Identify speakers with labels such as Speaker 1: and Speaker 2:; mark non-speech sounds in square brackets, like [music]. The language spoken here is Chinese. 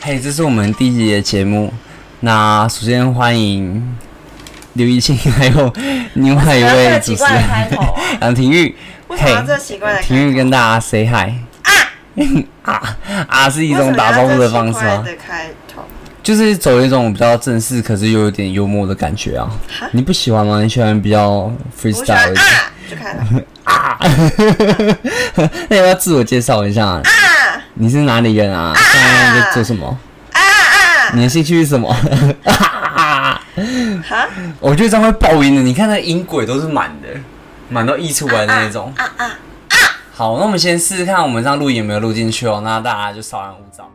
Speaker 1: 嘿这是我们第一集的节目。那首先欢迎刘一庆，还有另外一
Speaker 2: 不要这
Speaker 1: 位
Speaker 2: 个
Speaker 1: 主
Speaker 2: 奇
Speaker 1: 持
Speaker 2: 怪的开
Speaker 1: 人
Speaker 2: 头啊！
Speaker 1: 杨廷玉。
Speaker 2: 为什么要这个奇怪的开头
Speaker 1: 廷玉跟大家 say hi [laughs] 啊啊啊，是一
Speaker 2: 为什
Speaker 1: 种
Speaker 2: 么
Speaker 1: 打
Speaker 2: 要
Speaker 1: 招呼
Speaker 2: 这
Speaker 1: 的方式啊
Speaker 2: 奇怪
Speaker 1: 吗？
Speaker 2: 的开头，
Speaker 1: 就是走一种比较正式，可是又有点幽默的感觉啊。你不喜欢吗？你喜欢比较
Speaker 2: 我喜啊欢
Speaker 1: freestyle 一点？
Speaker 2: 啊，就开了
Speaker 1: [laughs] 那要不要自我介绍一下？
Speaker 2: 啊
Speaker 1: 你是哪里人啊？现在在做什么？
Speaker 2: 啊啊
Speaker 1: 你的兴趣是什么？ [laughs]
Speaker 2: 哈
Speaker 1: 我觉得这样会爆音的。你看那音轨都是满的，满到溢出来的那种。
Speaker 2: 啊啊！
Speaker 1: 好，那我们先试试看，我们这样录音有没有录进去哦？那大家就稍安勿躁。